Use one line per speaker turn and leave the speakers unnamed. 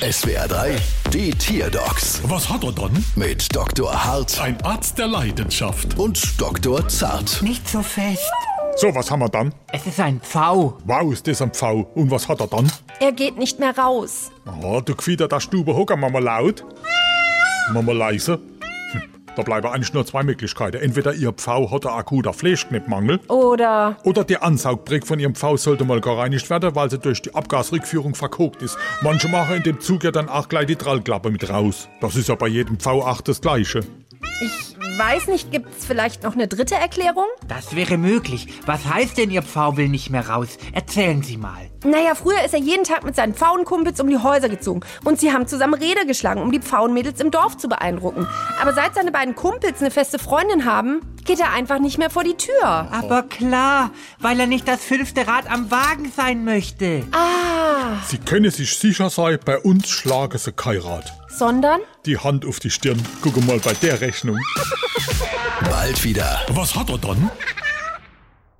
SWR 3, die Tierdocs
Was hat er dann?
mit Dr. Hart
Ein Arzt der Leidenschaft.
und Dr. Zart.
Nicht so fest.
So, was haben wir dann?
Es ist ein Pfau.
Wow, ist das ein Pfau. Und was hat er dann?
Er geht nicht mehr raus.
Ah, du Gefieder der Stube hocker, machen wir laut. Machen wir leise. Hm, da bleiben eigentlich nur zwei Möglichkeiten. Entweder ihr Pfau hat einen akuten Fleischkneppmangel
Oder
oder der Ansaugbrick von ihrem Pfau sollte mal gereinigt werden, weil sie durch die Abgasrückführung verkokt ist. Manche machen in dem Zug ja dann auch gleich die Trallklappe mit raus. Das ist ja bei jedem Pfau auch das Gleiche.
ich weiß nicht, gibt's vielleicht noch eine dritte Erklärung?
Das wäre möglich. Was heißt denn, Ihr Pfau will nicht mehr raus? Erzählen Sie mal.
Naja, früher ist er jeden Tag mit seinen Pfauenkumpels um die Häuser gezogen. Und sie haben zusammen Rede geschlagen, um die Pfauenmädels im Dorf zu beeindrucken. Aber seit seine beiden Kumpels eine feste Freundin haben, geht er einfach nicht mehr vor die Tür.
Aber klar, weil er nicht das fünfte Rad am Wagen sein möchte.
Sie können sich sicher sein, bei uns schlagen sie kein Rat.
Sondern?
Die Hand auf die Stirn. Gucke mal bei der Rechnung.
Bald wieder.
Was hat er dann?